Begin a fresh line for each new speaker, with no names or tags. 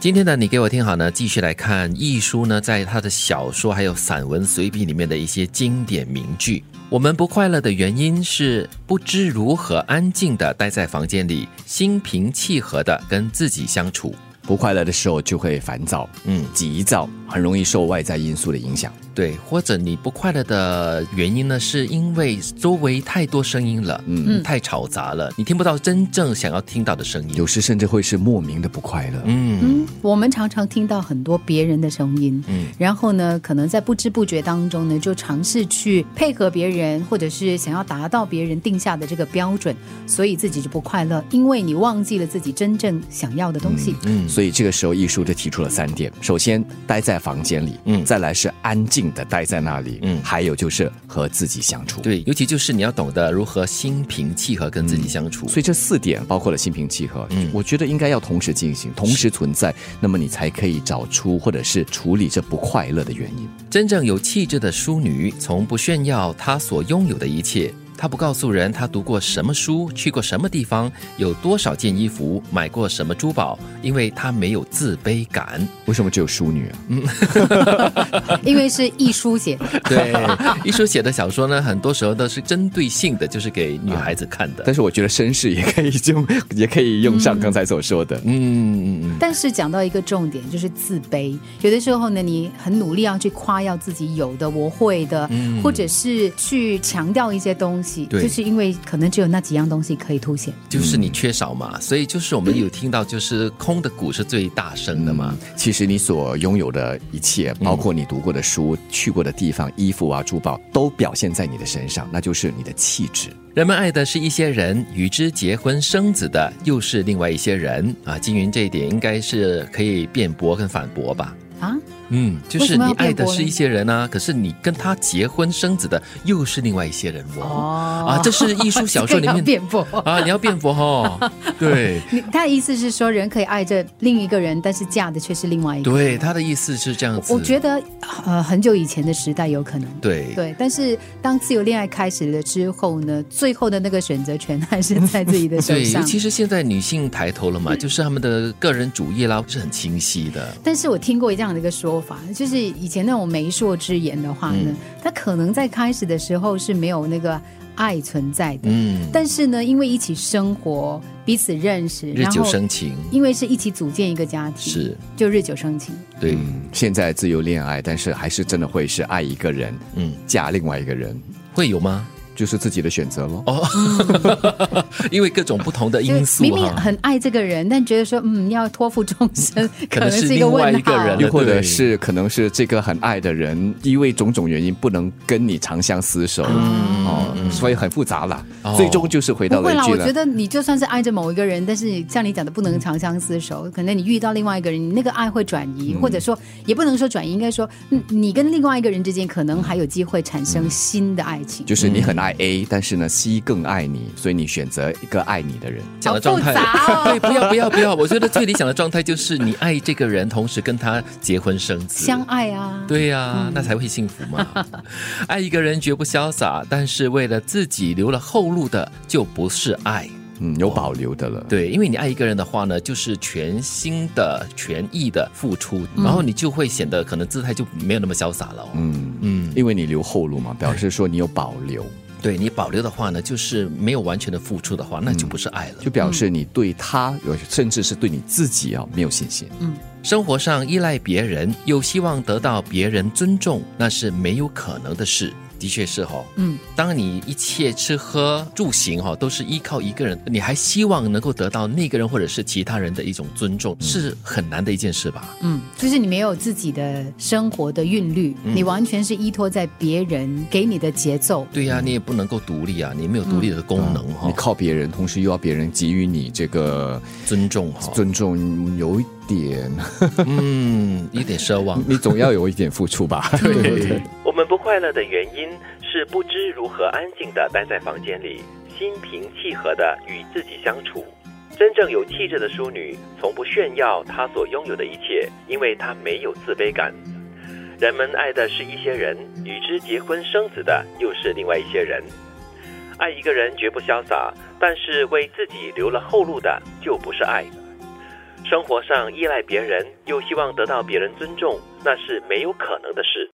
今天呢，你给我听好呢，继续来看易舒呢，在他的小说还有散文随笔里面的一些经典名句。我们不快乐的原因是不知如何安静的待在房间里，心平气和的跟自己相处。
不快乐的时候就会烦躁、
嗯，
急躁，很容易受外在因素的影响。
对，或者你不快乐的原因呢，是因为周围太多声音了，嗯，太吵杂了，你听不到真正想要听到的声音。
有时甚至会是莫名的不快乐。
嗯，
嗯，我们常常听到很多别人的声音，
嗯，
然后呢，可能在不知不觉当中呢，就尝试去配合别人，或者是想要达到别人定下的这个标准，所以自己就不快乐，因为你忘记了自己真正想要的东西。
嗯
所以这个时候，艺术就提出了三点：首先，待在房间里；
嗯
再来是安静的待在那里；
嗯
还有就是和自己相处。，
对，尤其就是你要懂得如何心平气和跟自己相处。
所以这四点包括了心平气和，
嗯
我觉得应该要同时进行，同时存在，那么你才可以找出或者是处理这不快乐的原因。
真正有气质的淑女，从不炫耀她所拥有的一切，她不告诉人她读过什么书，去过什么地方，有多少件衣服，买过什么珠宝，因为她没有自卑 感。
为什么只有淑女啊？
嗯
因为是易书写的，
对，一书写的小说呢，很多时候都是针对性的，就是给女孩子看的。
但是我觉得绅士也可以用， 也可以用上刚才所说的。
嗯嗯
但是讲到一个重点，就是自卑。有的时候呢，你很努力要去夸耀自己有的、我会的，或者是去强调一些东西，
嗯对
就是因为可能只有那几样东西可以凸显。
嗯，就是你缺少嘛，所以就是我们有听到，就是空的鼓是最大声的嘛。
其实你所拥有的一切，
嗯
包括你读过的书、去过的地方、衣服啊、珠宝，都表现在你的身上，那就是你的气质。
人们爱的是一些人，与之结婚生子的又是另外一些人啊。金云这一点应该是可以辩驳跟反驳吧？
啊，
嗯，就是
为什么
你
要
爱
辩
的
驳呢
是一些人啊，可是你跟他结婚生子的又是另外一些人哦。
哦
啊，这是艺术小说里
这
面
个要辩驳。
啊，你要辩驳 哦，对。
你他的意思是说，人可以爱着另一个人，但是嫁的却是另外一个。
对，他的意思是这样子。
我觉得，呃，很久以前的时代有可能。
对，
对，但是当自由恋爱开始了之后呢，最后的那个选择权还是在自己的手
对，尤
上。
其是现在女性抬头了
嗯
嘛，就是她们的个人主义啦是很清晰的。
但是我听过这样的一个说法，就是以前那种媒妁之言的话
嗯
呢，他可能在开始的时候是没有那个爱存在的，
嗯，
但是呢，因为一起生活，彼此认识，
日
然
久
后
生情
因为是一起组建一个家庭，
是
就日久生情。
对，
嗯，现在自由恋爱，但是还是真的会是爱一个人，
嗯，
嫁另外一个人，
会有吗？
就是自己的选择
哦
咯。
因为各种不同的
就
因素啊
明明
哈。
很爱这个人，但觉得说嗯要托付终身，
可
可
能
能
是
是一个
另外
问
一个
号
人
又或者
对
是可能是这个很爱的人，因为种种原因不能跟你长相厮守，哦，所以很复杂啦。
嗯哦
最终就是回到
不
了
会
一
啦，
句
我
了
觉，得你就算是爱着某一个人，但是像你讲的，不能长相厮守。可能你遇到另外一个人，你那个爱会转移，
嗯
或者说也不能说转移，应该说，嗯，你跟另外一个人之间可能还有机会产生新的爱情。
就是你
嗯
很爱 A，但是呢 C 更爱你，所以你选择一个爱你的人。
讲的状态
好复杂哦
对，不要不要不要！我觉得最理想的状态就是你爱这个人，同时跟他结婚生子，
相爱啊，
对呀、那才会幸福 嘛。爱一个人绝不潇洒，但是为了自己留了后路的，就不是爱。
嗯，有保留的了。
对，因为你爱一个人的话呢，就是全心的、全意的付出，
嗯
然后你就会显得可能姿态就没有那么潇洒了、哦。
嗯，
嗯，
因为你留后路嘛，表示说你有保留，
对你保留的话呢，就是没有完全的付出的话，那就不是爱了。
就表示你对他有，甚至是对你自己啊没有信心。
嗯生活上依赖别人，又希望得到别人尊重，那是没有可能的事。的确是哦，
嗯，
当你一切吃喝住行哈、哦、都是依靠一个人，你还希望能够得到那个人或者是其他人的一种尊重，
嗯
是很难的一件事吧？
嗯，就是你没有自己的生活的韵律，
嗯
你完全是依托在别人给你的节奏。
对
嗯
呀、你也不能够独立啊，你没有独立的功能哦哈、
啊你靠别人，同时又要别人给予嗯你这个
尊重哦哈、
尊重，有一点，
嗯，有点奢望。
你总要有一点付 出吧？ 对不对？
我们不快乐的原因是不知如何安静地待在房间里，心平气和地与自己相处。真正有气质的淑女，从不炫耀她所拥有的一切，因为她没有自卑感。人们爱的是一些人，与之结婚生子的又是另外一些人。爱一个人绝不潇洒，但是为自己留了后路的就不是爱。生活上依赖别人，又希望得到别人尊重，那是没有可能的事。